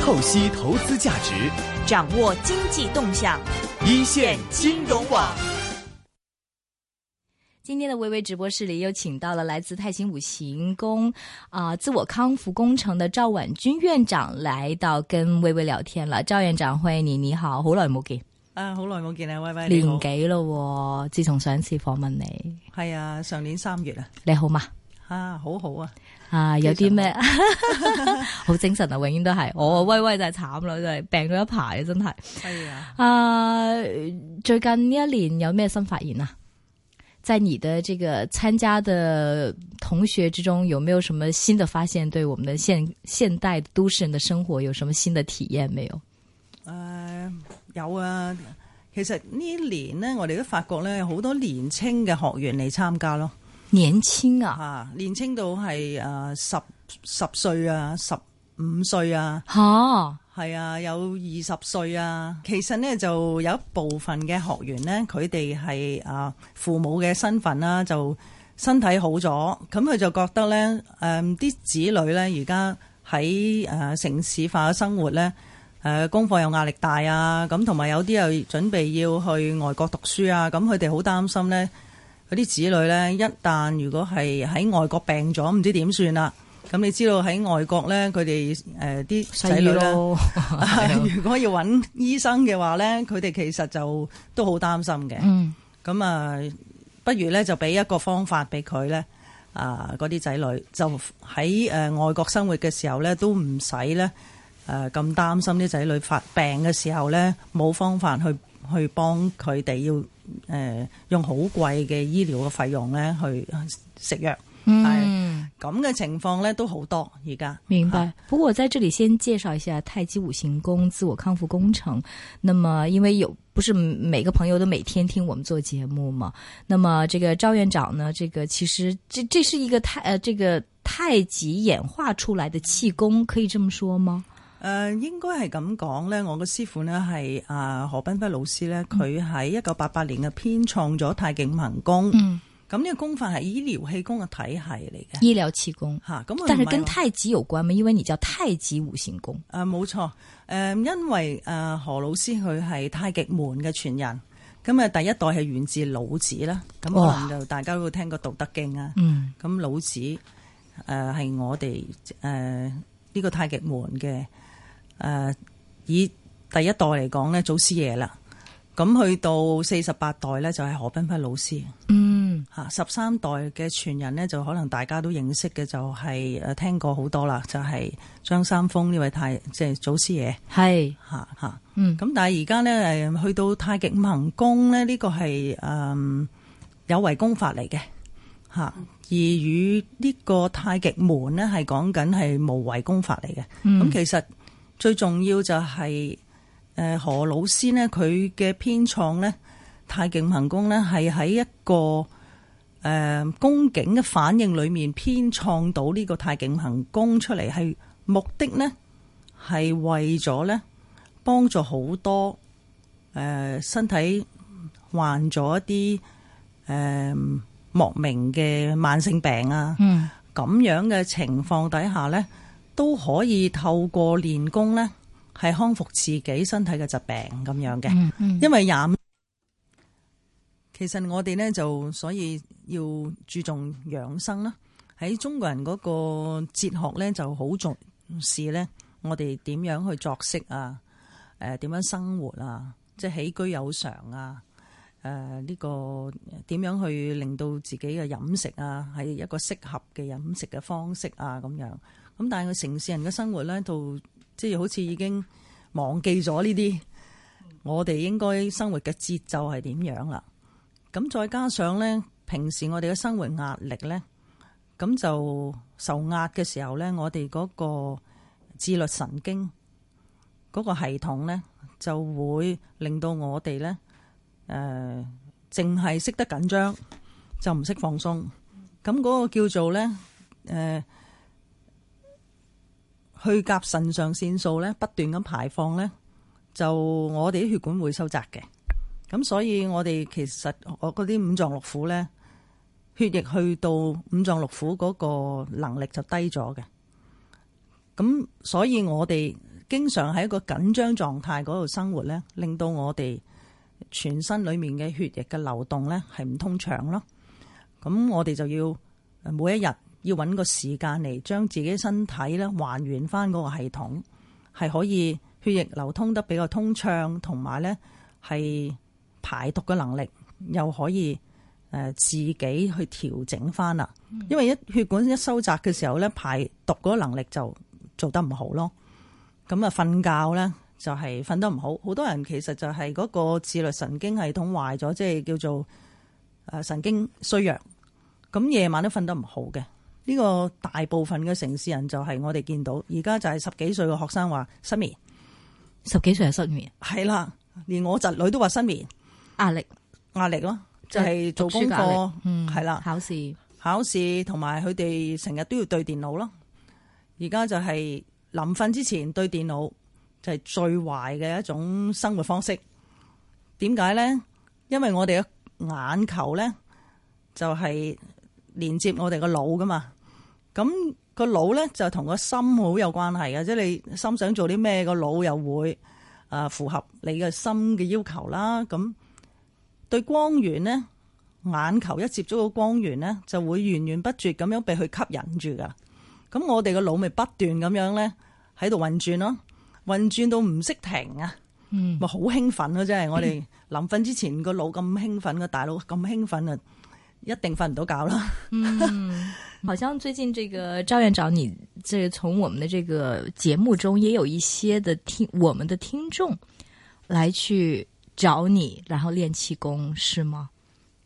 透析投资价值，掌握经济动向，一线金融网。今天的微微直播室里又请到了来自太行五行宫啊、自我康复工程的赵婉君院长来到跟微微聊天了。赵院長，歡迎你，你好，好耐冇見，啊，好耐冇見啊，威威年你好，幾咯喎？自從上次訪問你，係啊，上年三月啊，你好嘛？啊，好好啊， 啊，有啲咩 好精神啊？永遠都係我威威就係慘啦，真係病咗一排啊，真係。係啊，啊，最近呢一年有咩新發現啊？在你的這個參加的同學之中，有沒有什麼新的發現？對我們的現現代都市人的生活有什麼新的體驗沒有？誒、有啊，其實呢年呢，我哋都發覺咧，有好多年青嘅學員嚟參加咯，年輕啊，啊，年青到係誒十十歲啊，十五歲啊。吓、係啊，有二十歲啊。其實呢，就有一部分嘅學員呢，佢哋係啊父母嘅身份啦，就身體好咗，咁佢就覺得呢，誒、啲子女呢，而家喺誒城市化嘅生活呢，誒、功課有壓力大啊，咁同埋有啲又準備要去外國讀書啊，咁佢哋好擔心呢，嗰啲子女呢，一旦如果係喺外國病咗，唔知點算啦。咁你知道喺外國呢，佢哋誒啲仔細女雨呢。咯， 啊如果要揾醫生嘅話呢，佢哋其實就都好擔心嘅。嗯，咁啊，不如呢，就俾一個方法俾佢呢。啊，嗰啲仔女就喺誒、呃外國生活嘅時候呢，都唔使呢誒咁擔心啲仔女發病嘅時候呢，冇方法去去幫佢哋要誒、呃用好貴嘅醫療嘅費用呢去呃食藥。 嗯，咁嘅情況呢，都好多而家。明白。不过我在这里先介绍一下太极五行功自我康复工程。那么，因为有不是每个朋友都每天听我们做节目嘛，那么这个赵院长呢，这个其实这这是一个太呃这个太极演化出来的气功，可以这么说吗？誒、應該係咁講呢，我個師傅呢係啊何斌輝老師呢，嗯佢喺一九八八年嘅編創咗太極五行功。嗯，咁呢個功法係醫療氣功嘅體系嚟嘅医疗气功，嚇。咁佢嗯但是唔係跟話太极有关吗？因为你叫太极五行功。啊，冇錯，誒、因為誒、啊何老師佢係太極門嘅傳人，咁啊第一代係源自老子啦，咁可哇能就大家都會聽過《道德經》啊，嗯咁老子誒係、我哋誒呢個太極門嘅誒、呃以第一代嚟講咧，祖師爺啦，咁去到四十八代咧就係何斌輝老師。嗯嚇十三代嘅傳人呢，就可能大家都認識嘅，就係、誒聽過好多啦，就係、張三豐呢位太即係祖師爺系嚇嚇。嗯咁但係而家呢，誒去到太極五行功呢，呢、個係誒、嗯有為功法嚟嘅嚇，嗯而與呢個太極門呢，係講緊係無為功法嚟嘅。咁、嗯其實最重要就係、誒何老師呢，佢嘅編創呢，太極五行功呢，係喺一個誒、呃宮景嘅反應裏面編創到呢個太極五行功出嚟，係目的呢，係為咗呢，幫助好多誒、呃身體患咗一啲誒、呃莫名嘅慢性病啊。嗯咁樣嘅情況底下呢，都可以透過練功呢，係康復自己身體嘅疾病咁樣嘅。嗯嗯因為廿五，其實我哋呢，就所以要注重養生啦。喺中國人嗰個哲學呢，就好重視呢，我哋點樣去作息啊？誒、點樣生活啊？即係起居有常啊？誒、呢、個點樣去令到自己嘅飲食啊，係一個適合嘅飲食嘅方式啊，咁樣。咁但係個城市人嘅生活呢，就即係好似已經忘記咗呢啲我哋應該生活嘅節奏係點樣啦。咁再加上呢，平時我哋嘅生活壓力呢，咁就受壓嘅時候呢，我哋嗰個自律神經嗰個系統呢，就會令到我哋呢，誒淨係識得緊張，就唔識放鬆。咁嗰個叫做呢，誒、去甲腎上腺素呢，不斷咁排放呢。就我哋啲血管會收窄嘅。咁所以我哋其實我嗰啲五臟六腑呢，血液去到五臟六腑嗰個能力就低咗嘅。咁所以我哋經常喺一個緊張狀態嗰度生活咧，令到我哋全身裏面嘅血液嘅流動咧係唔通暢咯。咁我哋就要呃每一日要揾個時間嚟將自己身體咧還原翻嗰個系統，係可以血液流通得比較通暢，同埋咧係排毒嘅能力又可以。誒自己去調整翻啦，因為一血管一收窄嘅時候咧，排毒嗰個能力就做得唔好咯。咁啊，瞓覺咧就係瞓得唔好，好多人其實就係嗰個自律神經系統壞咗，即係叫做誒神經衰弱。咁夜晚都瞓得唔好嘅，呢個大部分嘅城市人就係我哋見到，而家就係十幾歲嘅學生話失眠，十幾歲就失眠，係啦，連我侄女都話失眠，壓力壓力咯，就係做功讀書嘅壓課力，嗯，係啦。考試考試同埋佢哋成日都要對電腦咯。而家就係臨瞓之前對電腦就係最壞嘅一種生活方式。點解呢？因為我哋嘅眼球呢，就係連接我哋個腦噶嘛。咁個腦呢，就同個心好有關係嘅，即係你心想做啲咩，個腦又會啊符合你嘅心嘅要求啦。咁對光源呢。眼球一接觸到光源呢，就會源源不絕咁樣被佢吸引住噶。咁我哋個腦咪不斷咁樣呢，喺度運轉咯，運轉到唔識停啊！嗯咪好興奮咯，真係我哋臨瞓之前個腦咁興奮，個大腦咁興奮啊，一定瞓唔 到覺啦。好像最近这个赵院长，你这从我们的这个节目中也有一些的听我们的听众来去找你，然后练气功是吗？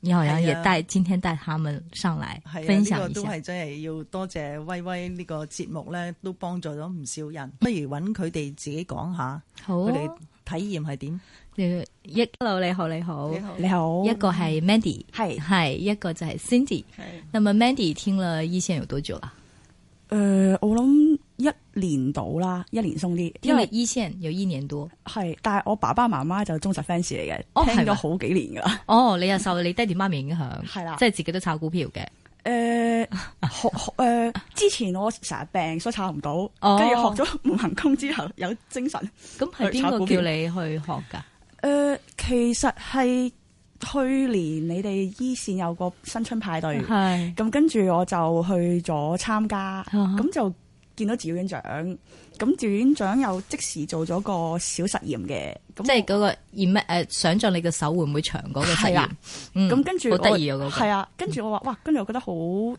你好像也哎呀带、今天带他们上来係啊，分呢享個一都下，係真係要多謝威威呢個節目呢，都幫助咗唔少人。不如揾佢哋自己講下好佢啊、哋體驗係點。你一 hello 你好你好，你好你好，一個係 Mandy 係係一個就係 Cindy。那麼 Mandy 聽了一線有多久啦？诶、呃我諗一年到啦，一年鬆啲，聽因了為一線有一年多。係，但係我爸爸媽媽就忠實 fans 嚟嘅，哦聽係嘛咗好幾年噶啦，哦，你又受你爹哋媽咪 影啊響，係啦即係自己都炒股票嘅。诶、學 学诶、之前我成日病，所以炒唔到，哦跟住、學咗無行功之後有精神，咁係邊去炒個股叫票你去學㗎？诶、其實係去年你哋依線有個新春派對，係咁跟住我就去咗參加，啊哈咁就見到趙院長，咁趙院長又即時做咗個小實驗嘅，咁即係嗰個 ima 誒想像你嘅手會唔會長嗰個實係驗啦？嗯咁跟住好我得意啊嗰個係啊，跟住我話哇，跟住我覺得好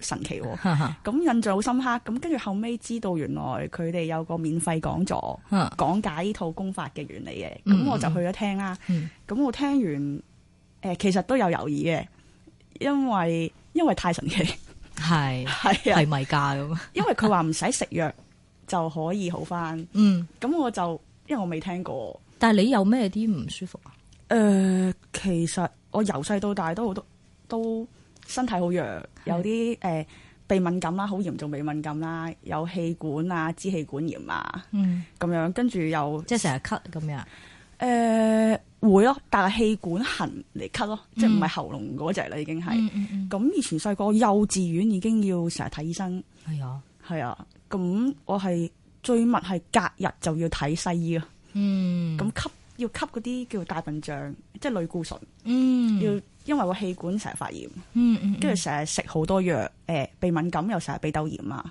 神奇喎、哈哈咁印象好深刻。咁跟住後尾知道原來佢哋有個免費講座，哈講解呢套功法嘅原理嘅。啊嗯咁我就去咗聽啦。嗯咁我聽完誒、呃其實都有猶豫嘅，因為因為太神奇，嗯係 係啊係，咪㗎咁？因為佢話唔使食藥就可以好翻。嗯，咁我就因為我未聽過，但係你有咩啲唔舒服啊？誒、呃其實我由細到大都好多都身體好弱，有啲誒、呃鼻敏感啦，好嚴重鼻敏感啦，有氣管啊、支氣管炎啊嗯，咁樣，跟住又即係成日咳咁樣。誒、呃、會咯，但係氣管痕嚟咳咯，即係唔係喉嚨嗰只啦，已經係。嗯嗯嗯。咁、以前細個幼稚園已經要成日睇醫生，係啊。係啊，咁我係最密係隔日就要睇西醫啊，嗯。咁、吸要吸嗰啲叫大笨象，即係類固醇。嗯要因為個氣管成日發炎，嗯嗯嗯跟住成日食好多藥，誒、鼻敏感又成日鼻竇炎啊，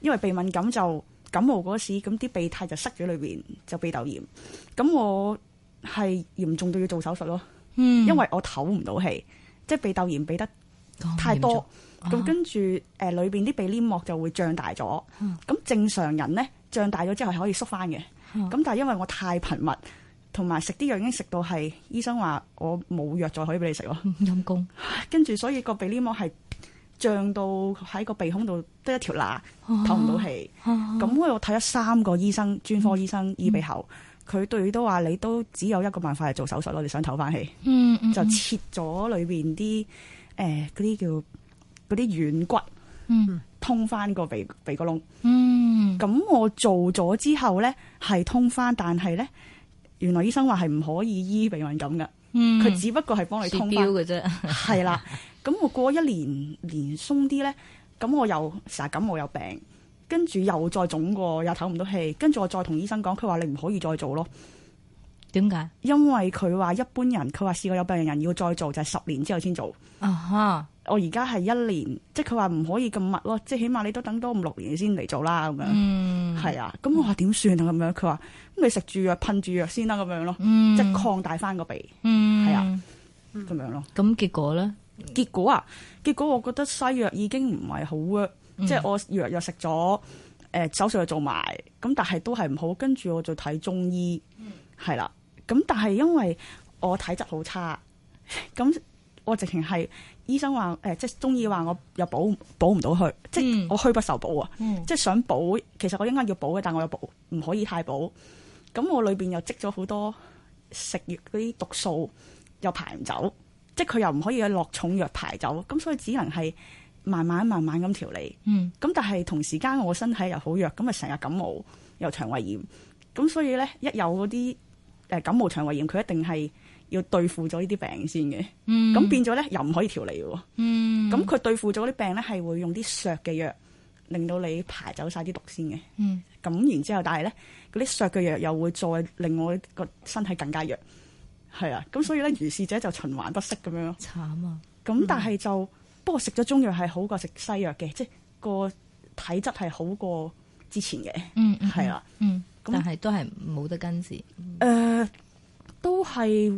因為鼻敏感就感冒嗰時，咁啲鼻涕就塞咗裏邊，就鼻竇炎。咁我係嚴重到要做手術咯，嗯因為我唞唔到氣，即係鼻竇炎鼻得咁太嚴多重，啊咁、跟住誒裏邊啲鼻黏膜就會脹大咗。咁、正常人呢，脹大咗之後係可以縮翻嘅，咁、嗯但係因為我太頻密，同埋食啲藥已經食到係醫生話我冇藥再可以俾你食咯。嗯陰公。 跟住所以個鼻黏膜係脹到喺個鼻孔度得一條罅，啊哦唞唔到氣。咁、我睇咗三個醫生，專科醫生耳鼻喉，嗯佢對都話你都只有一個辦法係做手術咯，你想唞翻氣，嗯嗯就切咗裏邊啲誒嗰啲叫嗰啲軟骨，嗯通翻個鼻鼻個窿。嗯咁我做咗之後呢，係通翻，但係呢，原來醫生話係唔可以醫鼻敏感噶，嗯佢、只不過係幫你指通標翻。嘅啫。係啦，咁我過一年年鬆啲咧，咁我又成日感冒有病，跟住又再腫過，又唞唔到氣，跟住我再同醫生講，佢話你唔可以再做咯，點解？因為佢話一般人，佢話試過有病人要再做就係、十年之後先做。啊哈，我而家係一年，即係佢話唔可以咁密咯，即係起碼你都等多五六年先嚟做啦咁樣。嗯，係啊，咁我話點算啊咁樣，佢話咁你食住藥噴住藥先啦咁樣咯，嗯，即係擴大翻個鼻嗯，係啊咁樣咯。咁結果咧，結果啊，結果我覺得西藥已經唔係好 work，嗯即係我藥又食咗，誒手術又做埋，咁但係都係唔好，跟住我就睇中醫，嗯係啦，咁但係因為我體質好差，咁我直情係醫生話誒、即係中醫話我又補補唔到去，即嗯係我虛不受補啊，嗯即係想補，其實我應該要補嘅，但我又補唔可以太補，咁我裏邊又積咗好多食藥嗰啲毒素，又排唔走，即係佢又唔可以落重藥排走，咁所以只能係慢慢慢慢咁調理。嗯咁但係同時間我身體又好弱，咁咪啊成日感冒又腸胃炎，咁所以咧一有嗰啲誒感冒腸胃炎，佢一定係要對付咗呢啲病先嘅。嗯，咁、變咗咧又唔可以調理嘅喎。嗯，咁佢、對付咗啲病咧係會用啲削嘅藥，令到你排走晒啲毒先嘅。嗯咁然之後，但係咧嗰啲削嘅藥又會再令我個身體更加弱，係啊，咁所以咧如是者就循環不息咁樣咯。慘啊，咁但係就、不過食咗中藥係好過食西藥嘅，即係個體質係好過之前嘅，嗯，嗯係，啦、嗯，咁但係都係冇得根治，誒、都係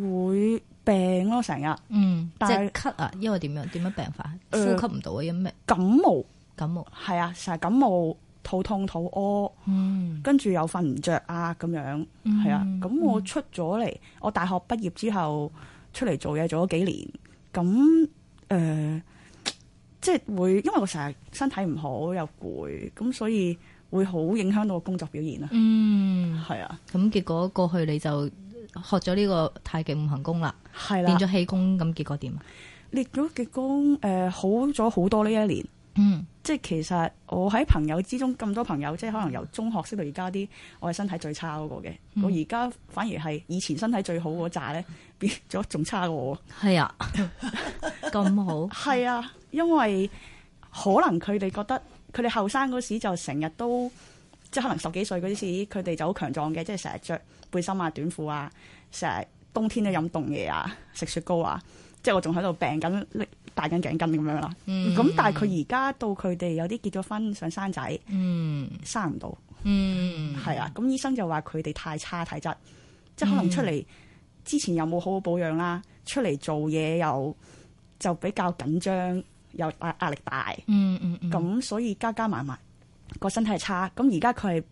會病咯，成日嗯，即但係係咳啊，因為點樣點樣病法，呼呃吸唔到啊，因為感冒感冒，係啊，成日感冒、肚痛、肚屙，嗯跟住又瞓唔着啊咁樣。係啊，咁我嗯出咗嚟，我大學畢業之後出嚟做嘢做咗幾年，咁誒、呃即係會因為我成日身體唔好又攰，咁所以會好影響到我工作表現啊。嗯，係啊，咁結果過去你就學咗呢個太極五行功啦，係啦練，咗氣功，咁結果點啊？列咗嘅功誒呃好咗好多呢一年。嗯即係其實我喺朋友之中咁多朋友，即係可能由中學識到而家啲，我係身體最差嗰個嘅。嗯我而家反而係以前身體最好嗰扎咧，變咗仲差過我。係 啊，咁好，係啊，因為可能佢哋覺得佢哋後生嗰時就成日都即係可能十幾歲嗰時，佢哋就好強壯嘅，即係成日着背心啊、短褲啊，成日冬天都飲凍嘢啊、食雪糕啊，即係我仲喺度病緊、拎戴緊頸巾咁樣啦。嗯，咁、但係佢而家到佢哋有啲結咗婚想生仔，嗯生唔到，嗯係啊，咁醫生就話佢哋太差體質，即係可能嗯出嚟之前又冇好好保養啦，出嚟做嘢又就比較緊張，又壓壓力大，嗯嗯嗯咁、所以加加埋埋個身體係差。咁而家佢係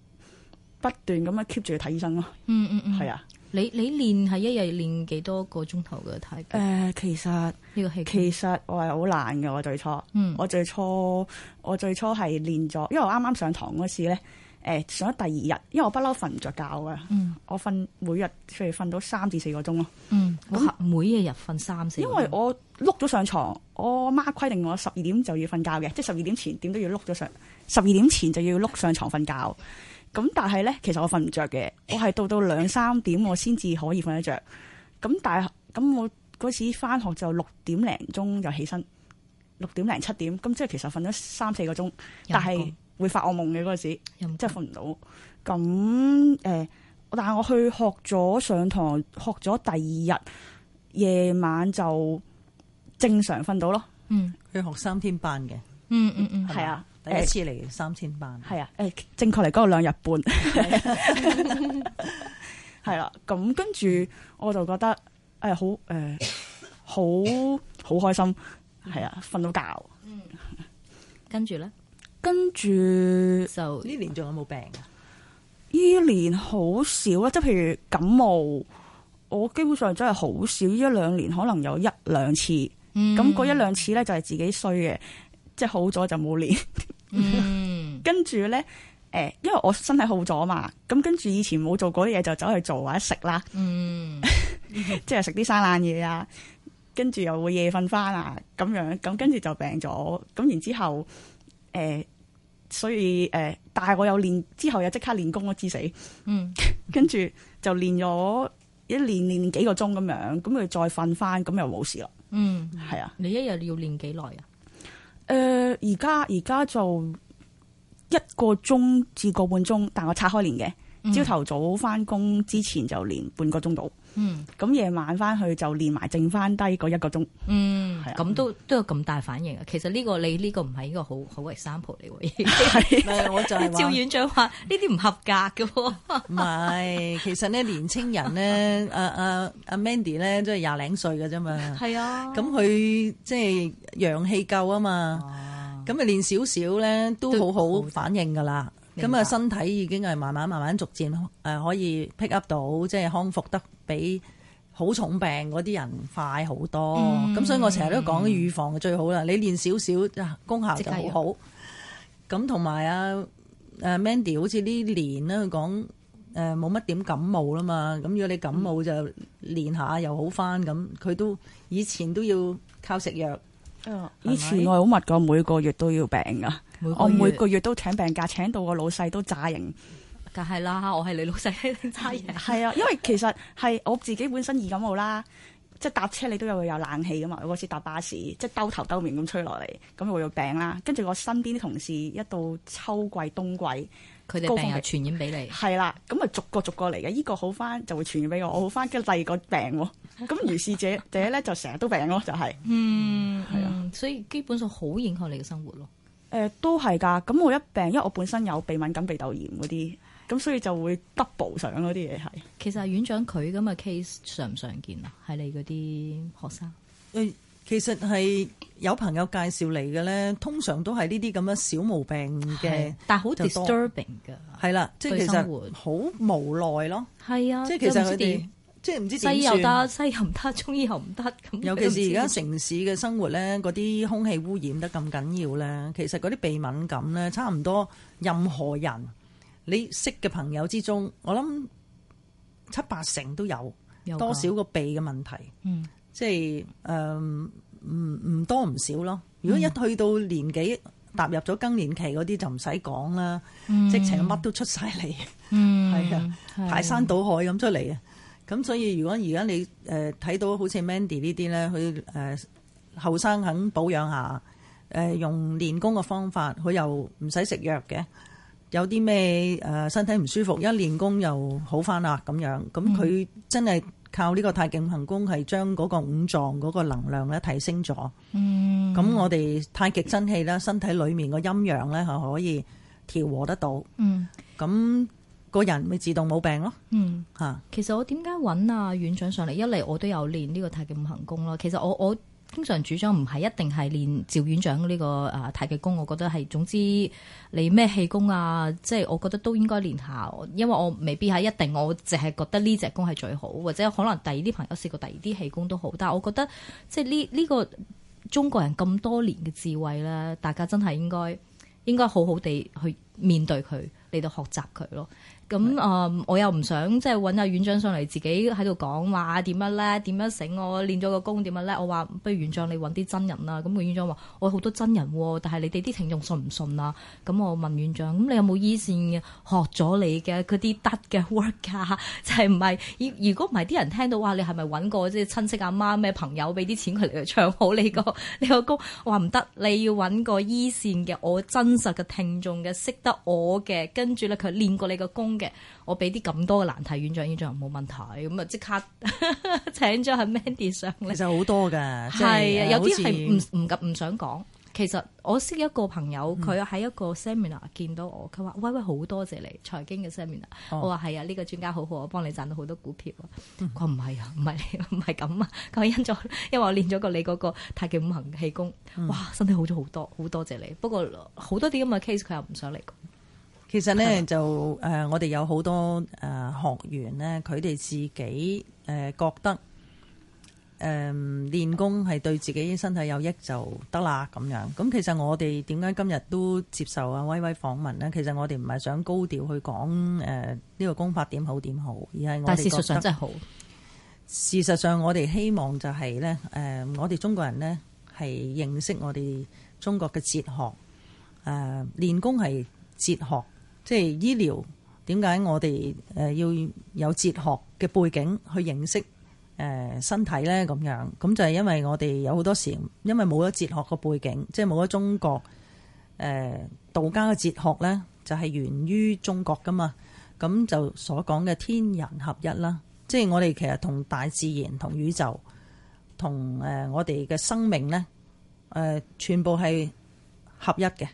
不斷咁樣 keep 住去睇醫生咯，嗯嗯嗯係、，啊。你你練係一日練幾多個鐘頭嘅太極誒、其實呢個氣功？呃其實我係好懶嘅，我最初。嗯我最初我最初係練咗，因為我啱啱上堂嗰時咧，誒、上咗第二日，因為我不嬲瞓唔着覺嘅，嗯我瞓每日譬如瞓到三至四個鐘咯，嗯，我下每一日瞓三四個因鐘，為我碌咗上床，我媽規定我十二點就要瞓覺嘅，即係十二點前點都要碌咗上，十二點前就要碌上床瞓覺。咁但係咧，其實我瞓唔着嘅，我係到到兩三點我先至可以瞓得着。咁但係咁我嗰時翻學就六點零鐘就起身，六點零七點，咁即係其實瞓咗三四個鐘。但係會發惡夢嘅嗰陣時，陰即係瞓唔到。咁誒、呃但係我去學咗上堂，學咗第二日夜晚就正常瞓到咯。嗯佢學三天班嘅，嗯嗯嗯，係係啊，第一誒次嚟三天班，係啊，誒正確嚟講兩日半。 係啦，咁跟住我就覺得誒好誒好好開心，係啊，瞓到覺。跟住咧跟住就呢年仲有冇病啊？依年好少啦，即係譬如感冒，我基本上真係好少，一兩年可能有一兩次。咁咁嗰、一兩次咧就係自己衰嘅，即係好咗就冇練。嗯跟住咧，誒、因為我身體好咗嘛，咁跟住以前冇做嗰啲嘢就走去做或者食啦，嗯即係食啲生冷嘢啊，跟住又會夜瞓翻啊，咁樣咁跟住就病咗，咁然之後誒、所以誒、但係我有練之後又即刻練功咯，至死。嗯跟住就練咗一練練幾個鐘咁樣，咁佢再瞓翻，咁又冇事啦。嗯，係啊，呃你一日要練幾耐啊？誒而家而家就一個鐘至個半鐘，但我拆開練嗯嘅。朝頭早翻工之前就練半個鐘度，嗯咁夜晚翻去就練埋剩翻低嗰一個鐘。嗯，係啊咁都都有咁大反應啊！其實呢個你呢個唔係一個好好 example 嚟 喎。 唔係我就係 趙話。院長話呢啲唔合格嘅喎。唔係，其實咧年青人咧， 阿阿阿啊 Mandy 咧，都係廿零歲嘅啫嘛。係啊，咁佢即係陽氣夠啊嘛，哦咁啊練少少咧都好都好好反應噶啦。明咁白啊身體已經係慢慢慢慢逐漸誒可以 pick up 到，即係康復得比好重病嗰啲人快好多。嗯咁、所以我成日都講預防最好啦，你練少少啊功效就好好。咁同埋啊誒 Mandy 好似呢年咧，佢講誒冇乜點感冒啦嘛。咁如果你感嗯冒就練下又好翻咁，佢都以前都要靠食藥。以前哦我係好密噶，每個月都要病噶，每個我每月個月都請病假，請到個老細都炸型。梗係啦，我係你老細揸嘢。 係啊，因為其實係我自己本身易感冒啦，即係搭車你都有有冷氣噶嘛。我嗰次搭巴士，即係兜頭兜面咁吹落嚟，咁我有病啦。跟住我身邊啲同事一到秋季、冬季，佢哋高病峰又期傳染俾你。係啦，咁啊咪逐個逐個嚟嘅。呢、個好翻就會傳染俾我，我好翻跟住第二個病喎。咁如是者 者咧就成日都病咯，就係、嗯，係啊嗯，所以基本上好影響你嘅生活咯。誒、都係㗎，咁我一病，因為我本身有鼻敏感、鼻竇炎嗰啲，咁所以就會 double 上嗰啲嘢係。其實院長佢咁嘅 case 常唔常見啊？係你嗰啲學生，誒，其實係有朋友介紹嚟嘅咧，通常都係呢啲咁嘅小毛病嘅係，但係好就多 disturbing 㗎。係啦，即係對其生活實好無奈咯。係啊，即係其實又唔知佢哋點即係唔知西醫點又算。得，西醫又唔得，中醫又唔得，咁尤其是而家成城市嘅生活咧，嗰啲空氣污染得咁緊要咧，其實嗰啲鼻敏感咧，差唔多任何人你識嘅朋友之中，我諗七八成都有多少個鼻嘅問題。嗯即係誒唔唔多唔少咯。如果一嗯去到年紀踏入咗更年期嗰啲就唔使講啦，直情乜都出晒嚟，嗯係啊，排山倒海咁出嚟啊！咁所以如果而家你誒呃睇、到好似 Mandy 呢啲咧，佢誒後生肯保養下，誒、用練功嘅方法，佢又唔使食藥嘅。有啲咩誒身體唔舒服，一練功又好翻啦咁樣。咁佢真係靠呢個太極行功係將嗰個五臟嗰個能量咧提升咗。嗯咁我哋太極真氣啦，身體裡面個陰陽咧係可以調和得到。嗯咁個人咪自動冇病咯嗯。嚇。其實我點解揾啊院長上嚟？一嚟我都有練呢個太極五行功咯。其實我我經常主張唔係一定係練趙院長呢、個啊太極功，我覺得係總之你咩氣功啊，即係我覺得都應該練下。因為我未必係一定，我淨係覺得呢隻功係最好，或者可能第二啲朋友試過第二啲氣功都好。但係我覺得即係呢呢個中國人咁多年嘅智慧咧，大家真係應該應該好好地去面對佢，嚟到學習佢咯。咁啊、嗯我又唔想即係揾阿院長上嚟，自己喺度講話點樣咧，點樣醒我練咗個功點樣咧。我話不如院長你揾啲真人啦。咁個院長話我好多真人喎，但係你哋啲聽眾信唔信啊？咁我問院長，咁你有冇依線嘅學咗你嘅嗰啲得嘅 work 啊？就係唔係？如如果唔係啲人聽到話你係咪揾過即係親戚阿媽咩朋友俾啲錢佢嚟唱好你個 你個歌？我話唔得，你要揾個依線嘅我真實嘅聽眾嘅，識得我嘅，跟住咧佢練過你個功嘅，我俾啲咁多嘅難題院長，院長冇問題，咁啊即刻 請咗阿 Mandy 上嚟。其實好多噶，即呃係啊，有啲好似係唔唔敢唔想講。其實我識一個朋友，嗯佢喺一個 seminar 見到我，佢話：威威好多謝你財經嘅 seminar。哦嗯我話係啊，呢、個專家好好，我幫你賺到好多股票啊。佢話唔係啊，唔係你唔係咁啊。佢話因咗，因為我練咗個你嗰個太極五行氣功，嗯哇，身體好咗好多，好多謝你。不過好多啲咁嘅 case，佢又唔想嚟講。其實咧就誒、呃我哋有好多誒、呃、學員咧，佢哋自己誒、呃、覺得誒、呃、練功係對自己身體有益就得啦咁樣。咁其實我哋點解今日都接受阿威威訪問咧？其實我哋唔係想高調去講誒呢個功法點好點好，而係我但哋係事實上覺得真係好，事實上，我哋希望就係、咧，誒、我哋中國人呢係認識我哋中國嘅哲學，誒、練功係哲學，即係醫療。點解我哋誒、要有哲學嘅背景去認識誒、身體呢？咁樣咁就係因為我哋有好多時，因為冇咗哲學嘅背景，即係冇咗中國誒、呃道家嘅哲學咧，就係源於中國噶嘛。咁就所講嘅天人合一啦，即係我哋其實同大自然、同宇宙、同誒、呃我哋嘅生命咧，誒、全部係合一嘅。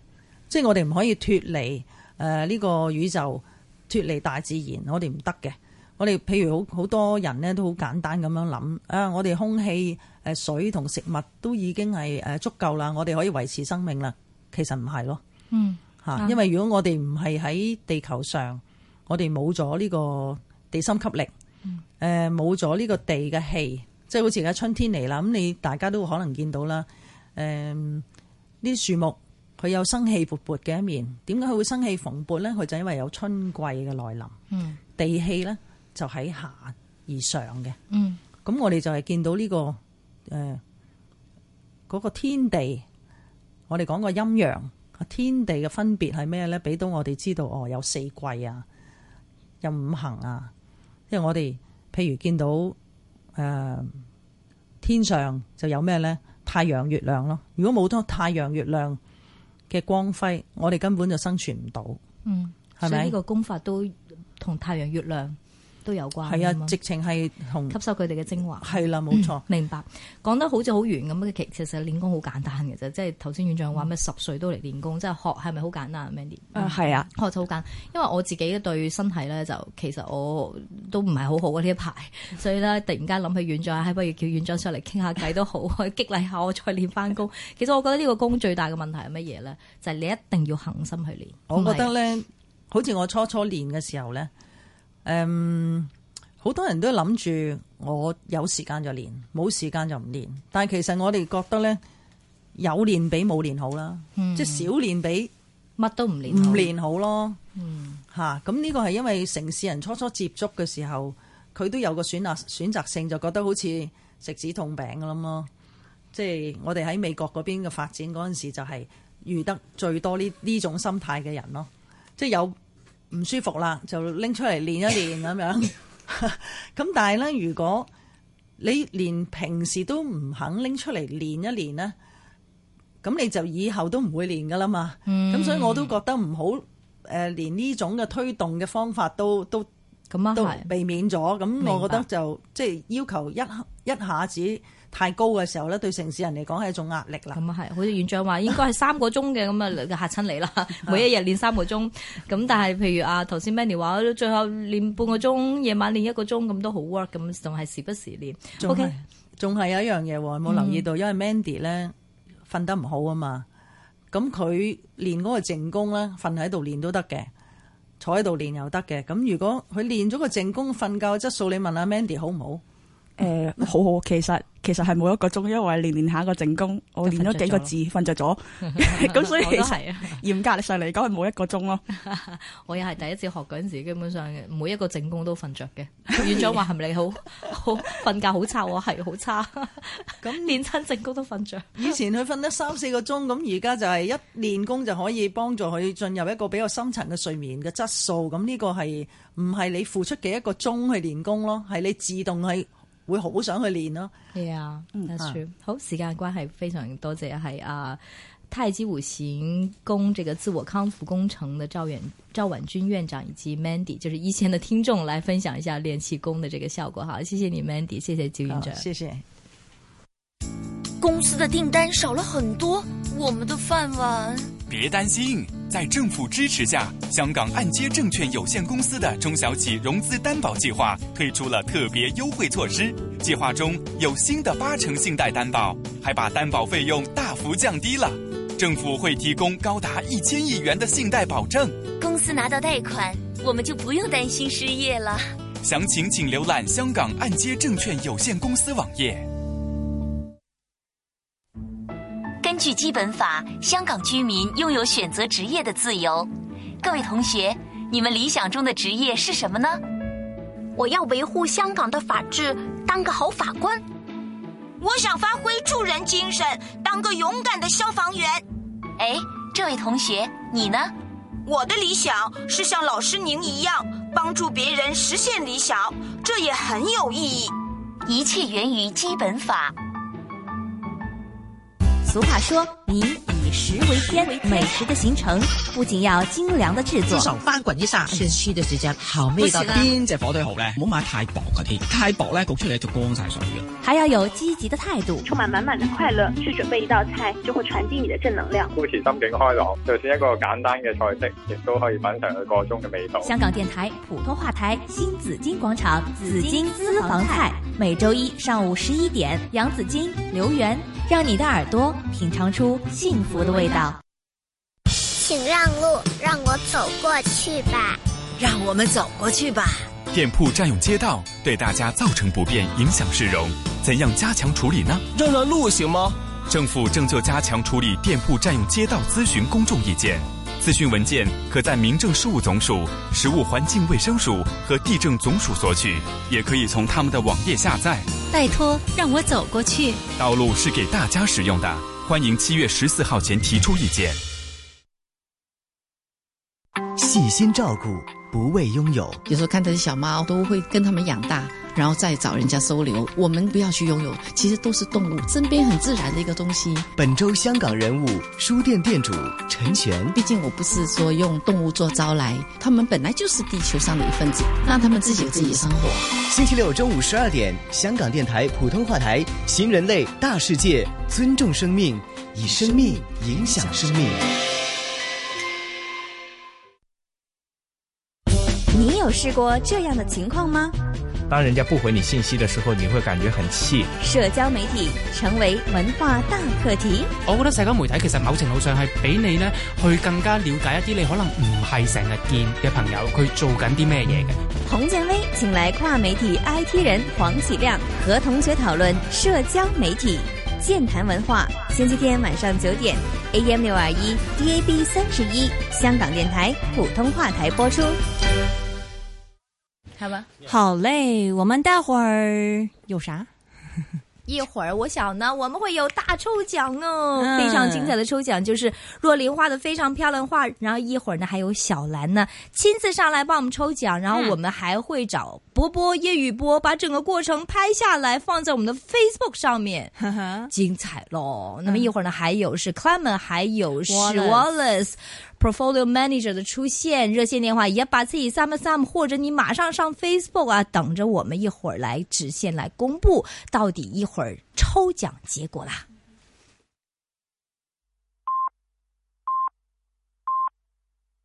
即係我哋唔可以脱離誒呢個宇宙，脱離大自然，我哋唔得嘅。我哋譬如好好多人咧都好簡單咁樣諗啊，我哋空氣、誒、水同食物都已經係誒足夠啦，我哋可以維持生命啦。其實唔係咯。嗯吓，啱啊因為如果我哋唔係喺地球上，我哋冇咗呢個地心吸力，誒、冇咗呢個地嘅氣，即係好似而家春天嚟啦，咁你大家都可能見到啦，誒呢啲樹木佢有生氣勃勃嘅一面，點解佢會生氣蓬勃呢？佢就因為有春季嘅來臨，嗯地氣呢就喺下而上嘅。嗯咁我哋就係見到呢、個誒嗰、個天地，我哋講個陰陽天地嘅分別係咩咧？俾到我哋知道哦，有四季啊，有五行啊，因為我哋譬如見到誒、呃天上就有咩咧？太陽、月亮咯。如果冇咗太陽、月亮嘅光輝，我哋根本就生存唔到。嗯，係咪所以呢個功法都同太陽、月亮都有關係㗎嘛啊，直情係同吸收佢哋嘅精華。係啦，冇錯。明白，講得好似好遠咁嘅，其其實練功好簡單嘅啫，即係頭先院長話嗯咩十歲都嚟練功，即係學係咪好簡單啊？Mandy，誒係啊，學就好簡，因為我自己對身體咧就其實我都唔係好好嘅啊呢一排，嗯所以咧突然間諗起院長，係不如叫院長上嚟傾下偈都好， 去激勵下我再練翻功。其實我覺得呢個功最大嘅問題係乜嘢咧？就係、你一定要恒心去練。我覺唔得係咧，好似我初初練嘅時候咧，誒、好多人都諗住我有時間就練，冇時間就唔練。但係其實我哋覺得咧，有練比冇練好啦，即係少練比乜都唔練唔好，嗯練好咯。嚇咁呢個係因為城市人初初接觸嘅時候，佢都有個選擇選擇性，就覺得好似食止痛餅咁咯。即係我哋喺美國嗰邊嘅發展嗰陣時，就係遇得最多呢呢種心態嘅人咯。即係有唔舒服啦，就拎出嚟練一練咁樣。 咁但係呢，如果你連平時都唔肯拎出嚟練一練呢，咁你就以後都唔會練噶啦嘛。咁、嗯所以我都覺得唔好誒，連呢種嘅推動嘅方法都都咁啊都係，避免咗。明咁白我覺得就即係要求一一下子太高嘅時候呢，對城市人嚟講係一種壓力啦。咁啊係，好似院長話應該係三個鐘嘅，咁啊 嚇親你啦，每一日練三個鐘。咁但係譬如啊頭先 Mandy 話，最後練半個鐘，夜晚練一個鐘，咁都好 work，咁仲係時不時練。仲 OK，係仲係有一樣嘢喎，有冇留意到，嗯因為 Mandy 咧瞓得唔好啊嘛，咁佢練嗰個靜功咧，瞓喺度練都得嘅，坐喺度練又得嘅。咁如果佢練咗個靜功，瞓覺嘅質素，你問下 Mandy 好唔好？誒、呃好好，其實其實係冇一個鐘，因為練練下一個正功，我練咗幾個字瞓 着咗，咁所以我其都實係啊。嚴格上嚟講係冇一個鐘咯。我又係第一次學嗰陣時，基本上每一個正功都瞓着 嘅。院長話係咪你好好瞓覺好差？我係好差，咁 練親正功都瞓着。以前佢瞓得三四個鐘，咁而家就係一練功就可以幫助佢進入一個比較深層嘅睡眠嘅質素。咁呢個係唔係你付出嘅一個鐘去練功咯？係你自動係會好想去練咯。 Yeah, 嗯 that's 啊 true. 好，時間關係，非常多謝係啊太極五行功這個自我康復工程的趙远趙婉君院长以及 Mandy，就是一线的听众来分享一下练气功的这个效果。好，謝謝你 Mandy，謝謝趙院好長。謝謝。公司的订单少了很多，我们的饭碗。别担心，在政府支持下，香港按揭证券有限公司的中小企融资担保计划推出了特别优惠措施。计划中有新的八成信贷担保，还把担保费用大幅降低了。政府会提供高达一千亿元的信贷保证。公司拿到贷款，我们就不用担心失业了。详情请浏览香港按揭证券有限公司网页。根据基本法，香港居民拥有选择职业的自由。各位同学，你们理想中的职业是什么呢？我要维护香港的法治，当个好法官。我想发挥助人精神，当个勇敢的消防员。哎，这位同学，你呢？我的理想是像老师您一样，帮助别人实现理想，这也很有意义。一切源于基本法。俗话说，你以以食为天，美食的形成不仅要精良的制至作，少翻滾一下，先黐到時間，後尾不到時啦邊只火腿蠔咧？唔好買太薄嗰啲，太薄咧焗出嚟就乾晒水嘅。还要有积极的态度。充满满满的快乐去准备一道菜，就会传递你的正能量。保持心境開朗，就算一個簡單嘅菜式，亦都可以品嚐佢個中嘅味道。香港电台普通话台新紫金广场紫金私房菜，每周一上午十一点，杨紫金、刘源，让你的耳朵品尝出幸福的味道。请让路，让我走过去吧。讓我們走過去吧。店铺占用街道，对大家造成不便，影响市容，怎样加强处理呢？让让路行吗？政府正就加强处理店铺占用街道咨询公众意见，咨询文件可在民政事务总署、食物环境卫生署和地政总署索取，也可以从他们的网页下载。拜托，让我走过去。道路是给大家使用的，欢迎七月十四号前提出意见。细心照顾，不为拥有。有时候看到小猫都会跟它们养大，然后再找人家收留。我们不要去拥有，其实都是动物，身边很自然的一个东西。本周香港人物书店店主陈璇，毕竟我不是说用动物做招来，它们本来就是地球上的一份子，让它们自己有自己的生活。星期六中午十二点，香港电台普通话台《新人类大世界》，尊重生命，以生命影响生命。你有试过这样的情况吗？当人家不回你信息的时候，你会感觉很气。社交媒体成为文化大课题。我覺得社交媒體其實某程度上係俾你咧去更加了解一啲你可能唔係成日見嘅朋友，佢做緊啲咩嘢嘅。洪建威请来跨媒体 IT 人黄启亮和同学讨论社交媒体、健谈文化。星期天晚上九点，AM 六二一，DAB 三十一，香港电台普通话台播出。好吧，好嘞，我们待会儿有啥？一会儿，我想呢，我们会有大抽奖哦，嗯非常精彩的抽奖，就是若琳画的非常漂亮画，然后一会儿呢还有小兰呢亲自上来帮我们抽奖，然后我们还会找波波叶雨波把整个过程拍下来放在我们 的 Facebook 上面，精彩喽！那么一会儿呢还有是 Clement，还有是 Wallace Wallace。Portfolio Manager 的出现，热线电话也把自己 s u m m sum，或者你马上上 Facebook 啊，等着我们一会儿来直线来公布到底一会儿抽奖结果啦。